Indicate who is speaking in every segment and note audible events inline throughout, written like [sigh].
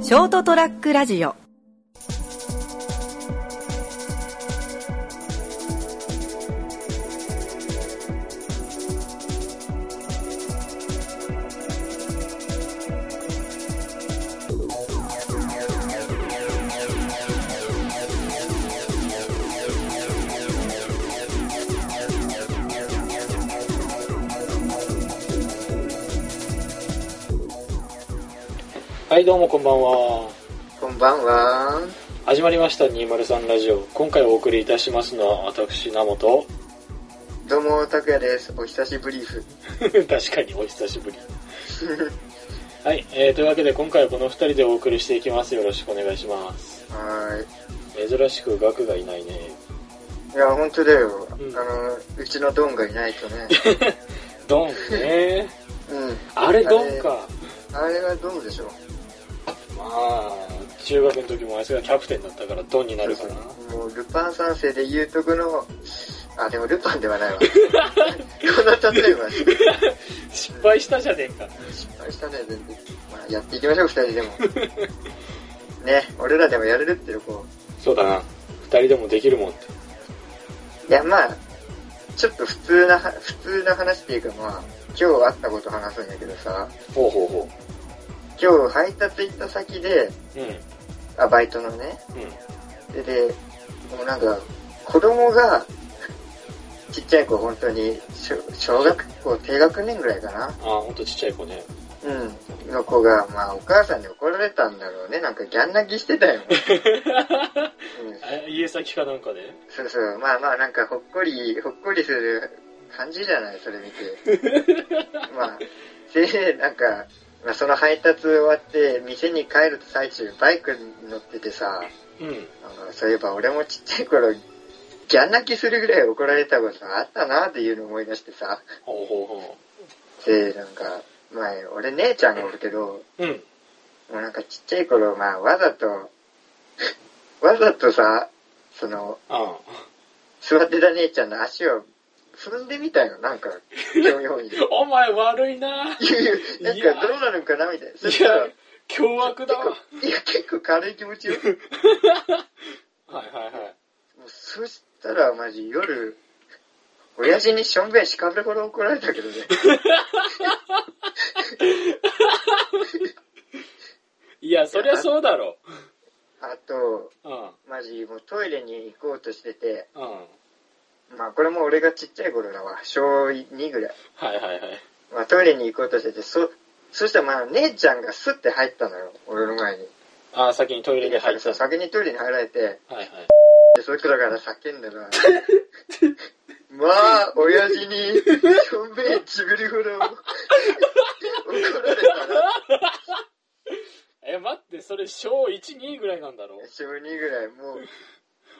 Speaker 1: ショートトラックラジオ
Speaker 2: はい、どうもこんばんは。
Speaker 3: こんばんは。
Speaker 2: 始まりました203ラジオ。今回お送りいたしますのは私、名本。 [laughs]
Speaker 3: どうも、たくやです。お久しぶりふ。
Speaker 2: 確かにお久し [laughs] ぶり。はい、えー、というわけで今回はこの2人でお送りしていきます。よろしくお願いします。
Speaker 3: は
Speaker 2: 珍しく額がいないね。 [laughs]
Speaker 3: ーい。いや、本当だよ。
Speaker 2: うん
Speaker 3: あの、うちのドンがいないとね。
Speaker 2: ドンね。
Speaker 3: うん。
Speaker 2: あれドンか。
Speaker 3: あれはドンでしょ。
Speaker 2: まあ、中学の時もあいつがキャプテンだったからドンになるかな。
Speaker 3: もう、ルパン三世で言うとこの、あ、でもルパンではな
Speaker 2: [laughs]
Speaker 3: いわ。この例えば失
Speaker 2: 失敗したじゃねえか。
Speaker 3: 敗したね、全然。まあ、やっていきましょう、二人
Speaker 2: [laughs]
Speaker 3: でも。ね、俺らでもやれるってよ、こ
Speaker 2: そうだな。2人でもできるもんって。
Speaker 3: う。いや、まあ、ちょっと普通なは、普通な話っていうか、まあ、今日あったこと話すんやけどさ、
Speaker 2: ほうほうほ
Speaker 3: 今日配達行った先で、
Speaker 2: う。うん。
Speaker 3: あ、バイトのね。
Speaker 2: うん。
Speaker 3: で、で、もうなんか、子供が、 [laughs] ちっちゃい子、本当に、小小学校、低学年ぐらいかな
Speaker 2: あ、ほんとちっちゃい子ね。
Speaker 3: うん。の子が、まあ、お母さんに怒られたんだろうね。なんか、ギャン泣きしてた [laughs] よ。うん。
Speaker 2: え家先かなんかで、
Speaker 3: そうそう。まあまあ、なんか、ほっこり、ほっこりする感じじゃないそれ見て。 [laughs] まあ、で、なんか、まあ、その配達終わって、店に帰る最中、バイクに乗っててさ、
Speaker 2: うん。
Speaker 3: あのそういえば俺もちっちゃい頃、ギャン泣きするぐらい怒られたことあったなっていうのを思い出してさ。
Speaker 2: ほうほうほ
Speaker 3: で、なんか、前、俺姉ちゃんがおるけど、
Speaker 2: う。うん。
Speaker 3: もうなんかちっちゃい頃、まあわざと、わざとさ、その、
Speaker 2: ああ。
Speaker 3: 座ってた姉ちゃんの足を踏んでみたよ、なんか、教養に。い
Speaker 2: お前悪いな。い
Speaker 3: やいやなんかどうなるんかなみたいな。そしたら、
Speaker 2: や
Speaker 3: い、
Speaker 2: 凶悪だわ。
Speaker 3: や結構軽い気持ちよ。
Speaker 2: はいはいはい。
Speaker 3: もうそしたらマジ夜、親父にしょんべんしかぶるほど怒られたけどね。
Speaker 2: いや、そりゃそうだろ。
Speaker 3: あと、
Speaker 2: うん。うん。
Speaker 3: マジもうトイレに行こうとしてて、
Speaker 2: は
Speaker 3: まあこれも俺がちっちゃい頃だわ。小2ぐらい。
Speaker 2: いはいはい。
Speaker 3: まあトイレに行こうとしてて、そ、そしたらまあ姉ちゃんがスッて入ったのよ。俺の前に。
Speaker 2: ああ、先にトイレに入った。
Speaker 3: そう
Speaker 2: はい
Speaker 3: 先にトイレに入られて、
Speaker 2: はい。
Speaker 3: で、そいつらから叫んだ
Speaker 2: [laughs]
Speaker 3: ら、まあ、親父に、しょんべんちびるほど、怒られたな。
Speaker 2: え、待って、それ小1、2ぐらいなんだろ
Speaker 3: 小2ぐらい、もう、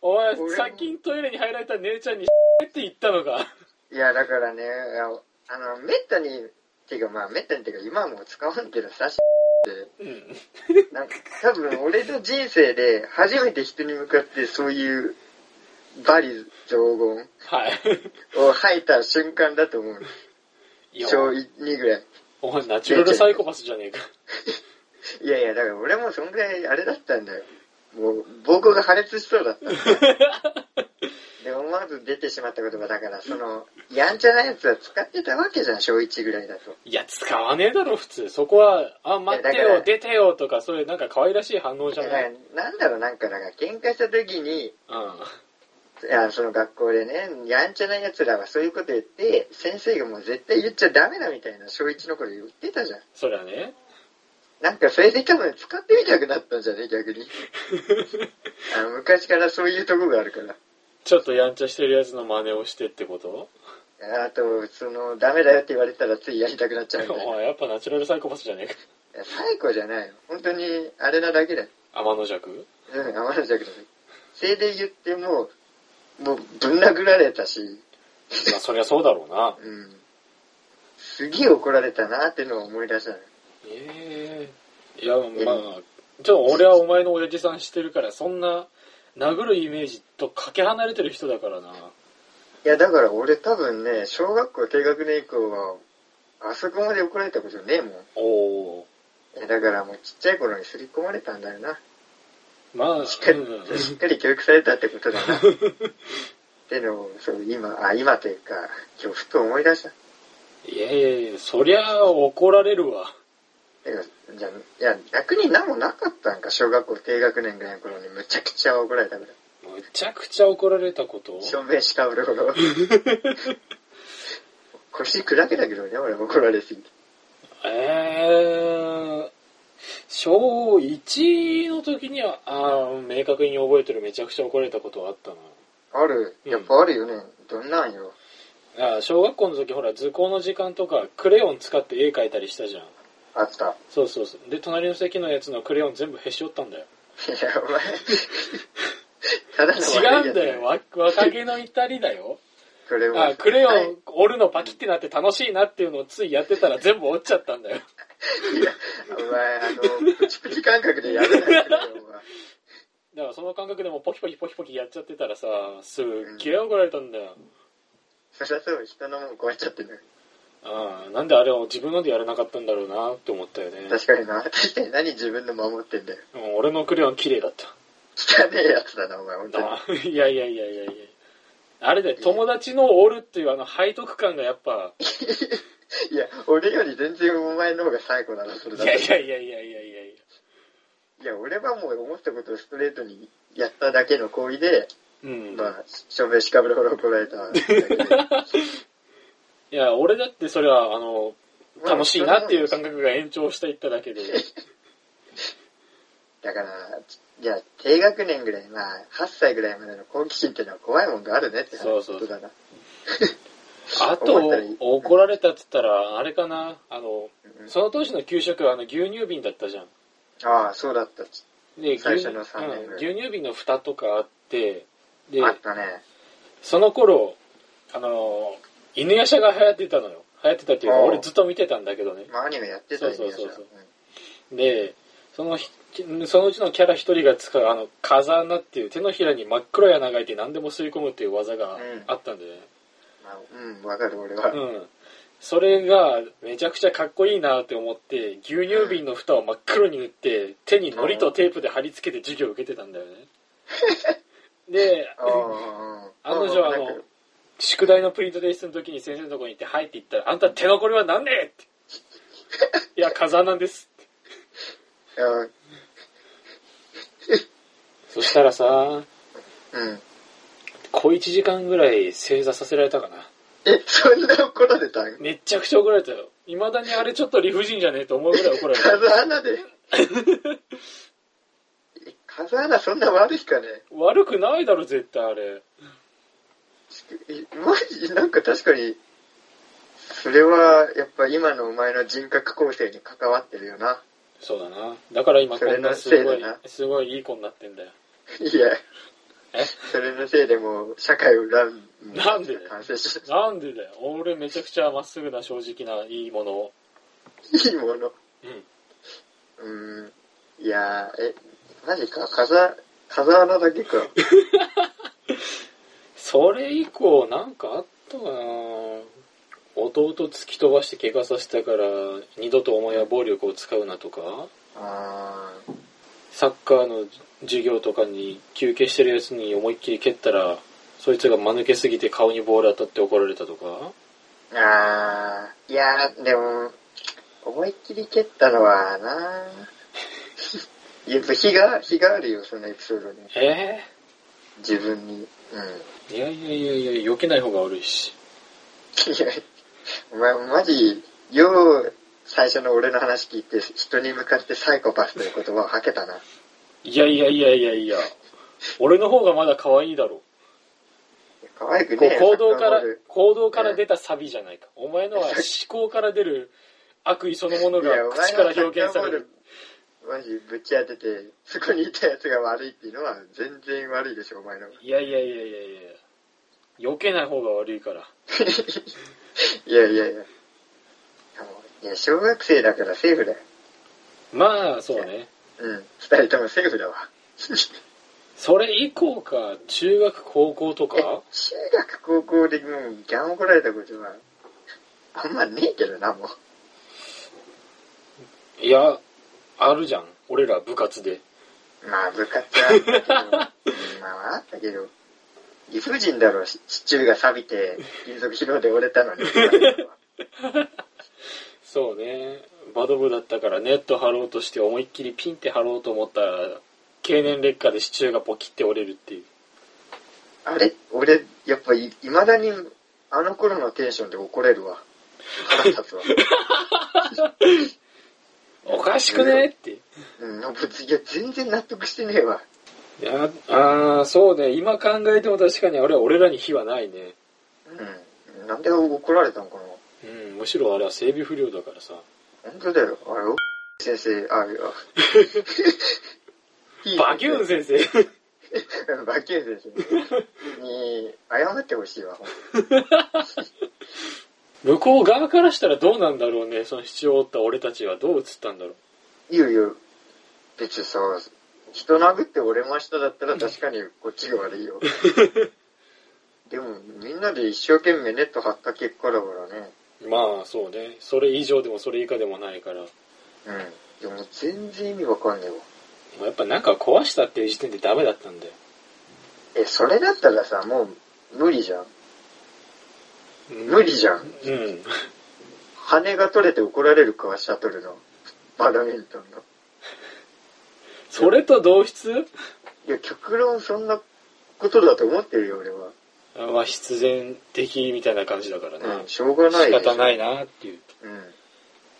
Speaker 2: お前
Speaker 3: 俺も、
Speaker 2: 先にトイレに入られた姉ちゃんにって言ったのか。
Speaker 3: いや、だからね、いやあの、めったに、ていうかまあ、めったにっていうか今はもう使わんけどさ、
Speaker 2: うん。
Speaker 3: なんか多分俺の人生で初めて人に向かってそういうバリ雑言
Speaker 2: はい。
Speaker 3: を吐いた瞬間だと思う。
Speaker 2: いや、
Speaker 3: 小2ぐらい。
Speaker 2: お前ナチュラルサイコパスじゃねえか。
Speaker 3: いやいや、だから俺もそんぐらいあれだったんだよ。もう、膀胱が破裂しそうだった。
Speaker 2: [laughs]
Speaker 3: で、思わず出てしまった言葉だから、その、やんちゃなやつは使ってたわけじゃん、小1ぐらいだと。
Speaker 2: いや、使わねえだろ、普通。そこは、あ、待って
Speaker 3: いやだか
Speaker 2: よ、
Speaker 3: ら
Speaker 2: 出てよとか、そういうなんか可愛らしい反応じ
Speaker 3: だ
Speaker 2: ゃ
Speaker 3: か
Speaker 2: ない。
Speaker 3: ら、なんだろう、なんか、だから喧嘩した時に、
Speaker 2: うん。
Speaker 3: いや、その学校でね、やんちゃな奴らはそういうこと言って、先生がもう絶対言っちゃダメだみたいな、小一の頃言ってたじゃん。
Speaker 2: そりゃね。 [laughs]
Speaker 3: なんかそれで多分使ってみたくなったんじゃね逆に。あの昔からそういうとこがあるから。
Speaker 2: ちょっとやんちゃしてるやつの真似をしてってこと
Speaker 3: あと、その、ダメだよって言われたらついやりたくなっちゃうみた
Speaker 2: [laughs]
Speaker 3: い
Speaker 2: お
Speaker 3: な。い
Speaker 2: 前やっぱナチュラルサイコパスじゃねえか。
Speaker 3: や最高じゃないよ。本当に、あれなだけだよ。
Speaker 2: 天の弱
Speaker 3: うん、甘のじゃけどね。それで言っても、もうぶん殴られたし、
Speaker 2: まあそりゃそうだろう
Speaker 3: [laughs]
Speaker 2: な。
Speaker 3: うん。すげえ怒られたなってのを思い出したのよ。
Speaker 2: ええいや、まあ、ちょっと俺はお前の親父さんしてるから、そんな、殴るイメージとかけ離れてる人だからな。
Speaker 3: いや、だから俺多分ね、小学校低学年以降は、あそこまで怒られたことねえもん。
Speaker 2: おお。
Speaker 3: いやだからもうちっちゃい頃に刷り込まれたんだよな。
Speaker 2: まあ、
Speaker 3: しっかり、
Speaker 2: うん
Speaker 3: しっかり教育されたってことだな。ってのを、そう、今、あ、今というか、今日ふと思い出した。
Speaker 2: いやいやいや、そりゃ怒られるわ。
Speaker 3: てかじゃあいや、逆に何もなかったんか、小学校低学年ぐらいの頃にむちゃくちゃ怒られたから。
Speaker 2: むちゃくちゃ怒られたこと。
Speaker 3: 正面しかぶるほど。腰砕けたけどね、俺怒られすぎて。
Speaker 2: えー、小1の時には、あー明確に覚えてるめちゃくちゃ怒られたことはあったな。
Speaker 3: ある、やっぱあるよね。どんなんよ。
Speaker 2: あー小学校の時ほら図工の時間とかクレヨン使って絵描いたりしたじゃん。
Speaker 3: あった。
Speaker 2: そうそうそう。で、隣の席のやつのクレヨン全部へし折ったんだよ。
Speaker 3: いや、お前、ただの
Speaker 2: 違うんだ
Speaker 3: やつ
Speaker 2: よ。わ若気の至りだよ。
Speaker 3: これは
Speaker 2: あ、クレヨ
Speaker 3: はい
Speaker 2: ン折るのパキってなって楽しいなっていうのをついやってたら全部折っちゃったんだよ。
Speaker 3: お前、あの、プチプチ感覚でやるなよ、
Speaker 2: だからその感覚でもポキポキポキポキやっちゃってたらさ、すっげえ怒られたんだよ。
Speaker 3: そりゃそう、人のもん壊っちゃってる。
Speaker 2: ああ、なんであれを自分のでやらなかったんだろうなって思ったよね。
Speaker 3: 確かにな。確かに何自分の守ってんだよ。
Speaker 2: うん俺のクレヨン綺麗だった。
Speaker 3: 汚ねえやつだな、お前、本当に。
Speaker 2: あー [laughs] いやいやいやいやいや。あれだよ、友達の折るっていうあの背徳感がやっぱ、
Speaker 3: いや、俺より全然お前の方が最後だな、それ
Speaker 2: い
Speaker 3: だ
Speaker 2: や
Speaker 3: と
Speaker 2: いやいやいやいやいやいや。
Speaker 3: いや、俺はもう思ったことをストレートにやっただけの行為で、
Speaker 2: うん。
Speaker 3: まあ、証明しかぶるほど怒られたんだけど。
Speaker 2: いや、俺だってそれは、あの、 [laughs] 楽しいなっていう感覚が延長していっただ [laughs] けで。
Speaker 3: だから、じゃあ、低学年ぐらい、まあ、8歳ぐらいまでの好奇心っていうのは怖いもんがあるねって
Speaker 2: そうそう
Speaker 3: ことだな。
Speaker 2: あと、怒られたって言ったら、あれかな、あの、その当時の給食はあの牛乳瓶だったじゃん。
Speaker 3: ああ、そうだった。
Speaker 2: で、牛
Speaker 3: 最初の三年ぐらい
Speaker 2: うん牛乳瓶の蓋とかあって、で、
Speaker 3: あったね。
Speaker 2: その頃、あの、犬夜叉が流行ってたのよ。流行ってたっていうか、
Speaker 3: ああ
Speaker 2: 俺ずっと見てたんだけどね。
Speaker 3: まあ、アニメやってたよね。
Speaker 2: そうそうそうそう
Speaker 3: 皆さん
Speaker 2: で、そのひ、そのうちのキャラ一人が使う、あの、風穴っていう手のひらに真っ黒い穴が開いて何でも吸い込むっていう技があったんだよね。
Speaker 3: うん、まあうんわかる、俺は。
Speaker 2: うん。それがめちゃくちゃかっこいいなって思って、牛乳瓶の蓋を真っ黒に塗って、手に糊とテープで貼り付けて授業を受けてたんだ
Speaker 3: [laughs]
Speaker 2: よね。で、
Speaker 3: ああああ
Speaker 2: 案の定あ
Speaker 3: なん
Speaker 2: の
Speaker 3: か、
Speaker 2: 宿題のプリント提出の時に先生のとこに行って、はいって言ったら、あんた手残りはなんで [laughs] って。いや、風なんですって。
Speaker 3: あ
Speaker 2: そしたらさ、
Speaker 3: うん。
Speaker 2: 小1時間ぐらい正座させられたかな。
Speaker 3: え、そんな怒られたん
Speaker 2: めっちゃくちゃ怒られたよ。未だにあれちょっと理不尽じゃねえと思うぐらい怒られた。 [laughs]
Speaker 3: 風穴で。え風穴そんな悪いかね
Speaker 2: 悪くないだろ、絶対あれ。
Speaker 3: えマジなんか確かに、それはやっぱ今のお前の人格構成に関わってるよな。
Speaker 2: そうだな。だから今
Speaker 3: そ
Speaker 2: こ
Speaker 3: れ
Speaker 2: んな
Speaker 3: の
Speaker 2: す
Speaker 3: せい
Speaker 2: ご
Speaker 3: だ
Speaker 2: い
Speaker 3: な、
Speaker 2: すごいいい子になってんだよ。
Speaker 3: いや、
Speaker 2: え
Speaker 3: それのせいでもう社会を恨む。
Speaker 2: なんで
Speaker 3: 完成し
Speaker 2: なんでだよ。俺めちゃくちゃまっすぐな正直ないいものを。
Speaker 3: いいもの。
Speaker 2: うん。
Speaker 3: うん。いやえ、マジか、風、風穴だけか。
Speaker 2: それ以降なんかあったかな弟突き飛ばして怪我させたから二度とお前は暴力を使うなとか
Speaker 3: あー
Speaker 2: サッカーの授業とかに休憩してるやつに思いっきり蹴ったらそいつが間抜けすぎて顔にボール当たって怒られたとか
Speaker 3: あーいやーでも、思いっきり蹴ったのはな [laughs] やっぱ火が、火があるよ、そのエピソードに。
Speaker 2: え
Speaker 3: 自分に。うん。 [laughs]
Speaker 2: えいやいやいやいや避けない方が悪いし
Speaker 3: いや、お前、マジ、よう、最初の俺の話聞いて、人に向かってサイコパスという言葉を吐けたな。
Speaker 2: いやいやいやいやいや俺の方がまだ可愛いだろ
Speaker 3: 可愛く
Speaker 2: こ
Speaker 3: ね
Speaker 2: う
Speaker 3: え
Speaker 2: 行動から
Speaker 3: サッカーボール
Speaker 2: 行動から出たサビじゃないかお前のは思考から出 [laughs] る悪意そのもの
Speaker 3: いや
Speaker 2: が
Speaker 3: お前
Speaker 2: 口
Speaker 3: の
Speaker 2: から表現される
Speaker 3: サッカーボールマジぶち当てて、そこにいたやつが悪いっていうのは全然悪いでしょ、お前の。
Speaker 2: いやいやいやいやいや避けない方が悪いから
Speaker 3: いやいやいや。いや、小学生だからセーフだよ。
Speaker 2: まあそうね
Speaker 3: うん。二人ともセーフだわ。
Speaker 2: それ以降か中学高校と
Speaker 3: え
Speaker 2: か
Speaker 3: 中学高校でもうギャン怒られたことは、あんまねえけどな、もう。
Speaker 2: いやあるじゃん俺ら部活で
Speaker 3: まあ、部活はあったけど、まあ、あったけど、理不尽だろ、し支柱が錆びて、金属疲労で折れたのに。
Speaker 2: そうねバド部だったからネット張ろうとして思いっきりピンって張ろうと思ったら経年劣化で支柱がポキって折れるっていう
Speaker 3: あれ俺、やっぱい、いまだに、あの頃のテンションで怒れるわ。腹立つわ。
Speaker 2: おかしくねって
Speaker 3: うん、別に、いや、全然納得してねえわ。
Speaker 2: いやあーそうね今考えても確かに俺は俺らに非はないね
Speaker 3: うん。なんで怒られたんかな
Speaker 2: うんむしろあれは整備不良だからさ
Speaker 3: 本当だよ。あれ、お先生、あ、いや。 [laughs] いい
Speaker 2: バキューン先生 [laughs]
Speaker 3: バキューン先生に謝ってほしいわ。
Speaker 2: 向こう側からしたらどうなんだろうねその必要を負った俺たちはどう映ったんだろう
Speaker 3: いやいや、別にさ、人殴って折れましただったら確かにこっちが悪いよ。でも、みんなで一生懸命ネット張った結果だからね。
Speaker 2: まあそうねそれ以上でもそれ以下でもないから
Speaker 3: うん。でも全然意味わかんねえわ。
Speaker 2: もうやっぱなんか壊したっていう時点でダメだったんだよ
Speaker 3: え、それだったらさ、もう無理じゃん。無理じゃん。
Speaker 2: うん
Speaker 3: 羽が取れて怒られるかはシャトルの。バドミントンの。
Speaker 2: それと同質
Speaker 3: いや、極論そんなことだと思ってるよ、俺は。
Speaker 2: まあ必然的みたいな感じだからね、
Speaker 3: うん、しょうがない
Speaker 2: 仕
Speaker 3: でしょ
Speaker 2: 方ないなっていう
Speaker 3: う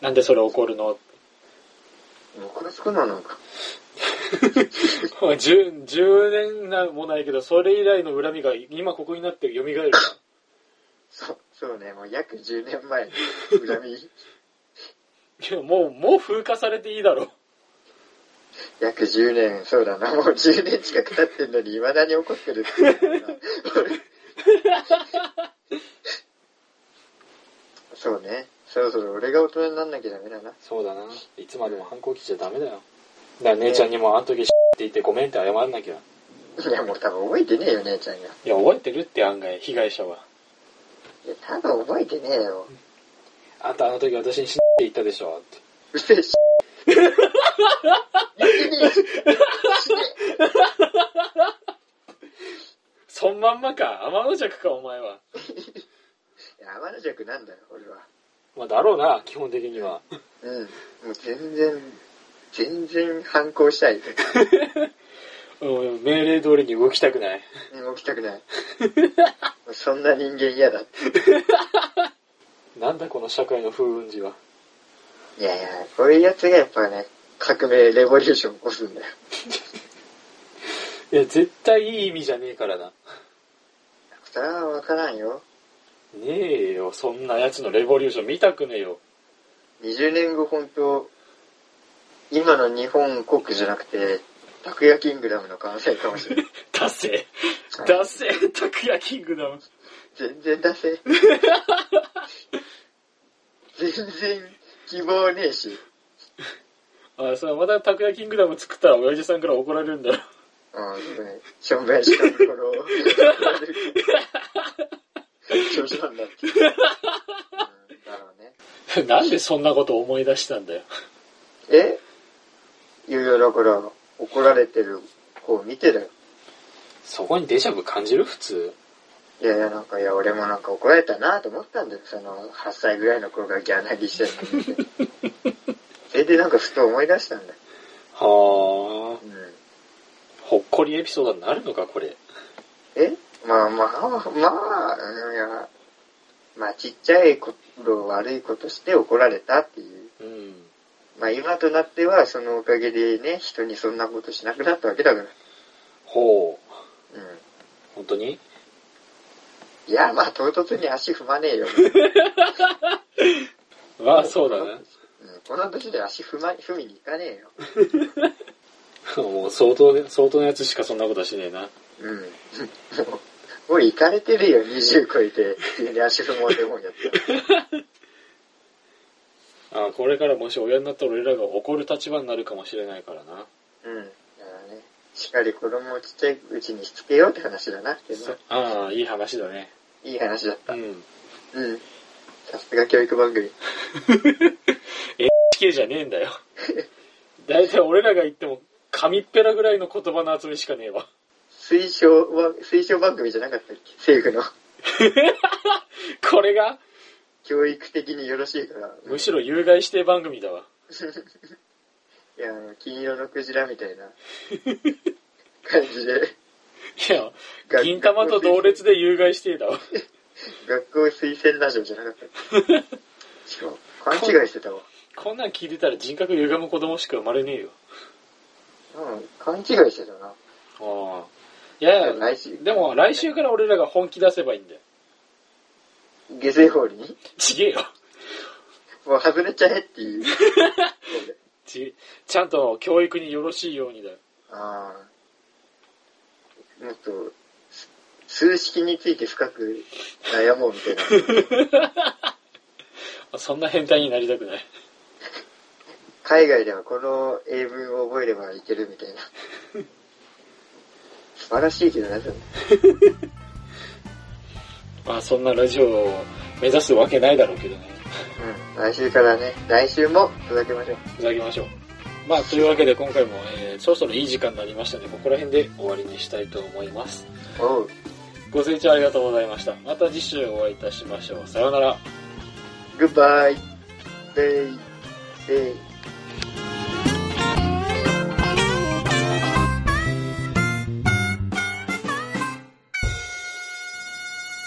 Speaker 2: なんでそれ怒るの
Speaker 3: ん。ムカつくな、なんか。
Speaker 2: [laughs] 10, 10年なもないけどそれ以来の恨みが今ここになって蘇るな [laughs]
Speaker 3: そう、そうね、もう約10年前の恨み、 [laughs]
Speaker 2: いやもうもう風化されていいだろ
Speaker 3: 約10年、そうだな、もう10年近く経ってんのに、未だに怒ってるっていうのが [laughs] そうね、そろそろ俺が大人になんなきゃダメだな。
Speaker 2: そうだないつまでも反抗期じゃダメだよだから姉ちゃんにもあの時って言ってごめんって謝んなきゃ
Speaker 3: いや、もう多分覚えてねえよ、姉ちゃんが。い
Speaker 2: いや覚えてるって案外被害者は
Speaker 3: や、多分覚えてねえよ。
Speaker 2: あんたあの時私にって言ったでしょって
Speaker 3: うっせえし。言ってねえよ死ね
Speaker 2: そんまんまか天の弱かお前は、
Speaker 3: いや、天の弱なんだよ、俺は。
Speaker 2: まあ、だろうな基本的には
Speaker 3: うん、もう全然、全然反抗したい。
Speaker 2: うん命令通りに動きたくない
Speaker 3: 動きたくない。そんな人間嫌だって。
Speaker 2: なんだこの社会の風雲児はい
Speaker 3: やいや、こういうやつがやっぱね、革命、レボリューション起こすんだよ。
Speaker 2: いや絶対いい意味じゃねえからな
Speaker 3: それはわからんよ。
Speaker 2: ねえよそんなやつのレボリューション見たくねえよ
Speaker 3: 20年後本当、今の日本国じゃなくて、拓也キングダムの完成かもしれない。
Speaker 2: ダセえダセえ拓也キングダム
Speaker 3: 全然出せ。全然希望ねえし。
Speaker 2: あそれまた拓也キングダム作ったら親父さんから怒られるんだろ
Speaker 3: うん、ごめん。しょんべんしたところを。調子なんだって。うん、だろうね。
Speaker 2: [laughs] なんでそんなこと思い出したんだよ
Speaker 3: えいやいや、だから、怒られてる方を見てる。
Speaker 2: そこにデジャブ感じる普通
Speaker 3: いやいや、なんか、いや、俺もなんか怒られたなと思ったんだよ。その、8歳ぐらいの子がギャナギしてるの見て。それでなんかふと思い出したんだよ。
Speaker 2: はあ
Speaker 3: うん。
Speaker 2: ほっこりエピソードになるのかこれ
Speaker 3: えまあまあ、まあ、うんいや、まあ、ちっちゃい頃悪いことして怒られたっていう。
Speaker 2: うん
Speaker 3: まあ今となってはそのおかげでね、人にそんなことしなくなったわけだから。
Speaker 2: ほう
Speaker 3: うん。
Speaker 2: 本当に
Speaker 3: いや、まあ唐突に足踏まねえよ。
Speaker 2: まあそう [laughs] だな
Speaker 3: うん、この年で足踏ま、踏みに行かねえよ。
Speaker 2: もう相当相当のやつしかそんなことはしねえな
Speaker 3: うん。 [laughs] もう、もう行かれてるよ、20超えて。急に足踏もうでもんやったら。
Speaker 2: あこれからもし親になったら俺らが怒る立場になるかもしれないからな
Speaker 3: うん。だからね、しっかり子供をちっちゃいうちにしつけようって話だな。けど、
Speaker 2: ああいい話だね
Speaker 3: いい話だっ
Speaker 2: う
Speaker 3: た。
Speaker 2: ん
Speaker 3: うん。さすが教育番組。
Speaker 2: 死刑じゃねえんだよ [laughs] 大体俺らが言っても紙っぺらぐらいの言葉の集めしかねえわ
Speaker 3: 推奨は、推奨番組じゃなかったっけ
Speaker 2: [laughs]
Speaker 3: 政府の。
Speaker 2: これが
Speaker 3: 教育的によろしいから。
Speaker 2: むしろ有害指定番組だわ
Speaker 3: いや、あの金色のクジラみたいな感じで、
Speaker 2: いや銀玉と同列で有害指定だわ
Speaker 3: 学校推薦ラジオじゃなかった
Speaker 2: [laughs]
Speaker 3: っけしかも、勘違いしてたわ。
Speaker 2: こんなん聞いてたら人格歪む子供しか生まれねえよ
Speaker 3: うん、勘違いしてたな。
Speaker 2: ああいやいや
Speaker 3: 来週
Speaker 2: でも来週から俺らが本気出せばいいんだよ
Speaker 3: 下水法に
Speaker 2: ちげえよ
Speaker 3: もう外れちゃえっ
Speaker 2: [laughs]
Speaker 3: ていう。
Speaker 2: ちちゃんと教育によろしいようにだよ
Speaker 3: ああ。もっと、す数式について深く悩もうみたいな。
Speaker 2: あそんな変態になりたくない
Speaker 3: 海外ではこの英文を覚えればいけるみたいな。素晴らしいけどな、それ
Speaker 2: まあそんなラジオを目指すわけないだろうけどね
Speaker 3: うん。来週からね、来週も届けましょう。
Speaker 2: いただきましょうまあというわけで今回も、えーそろそろいい時間になりましたのでここら辺で終わりにしたいと思います
Speaker 3: おう。
Speaker 2: ご清聴ありがとうございましたまた次週お会いいたしましょうさようなら
Speaker 3: グッバイ。デイ。デイ。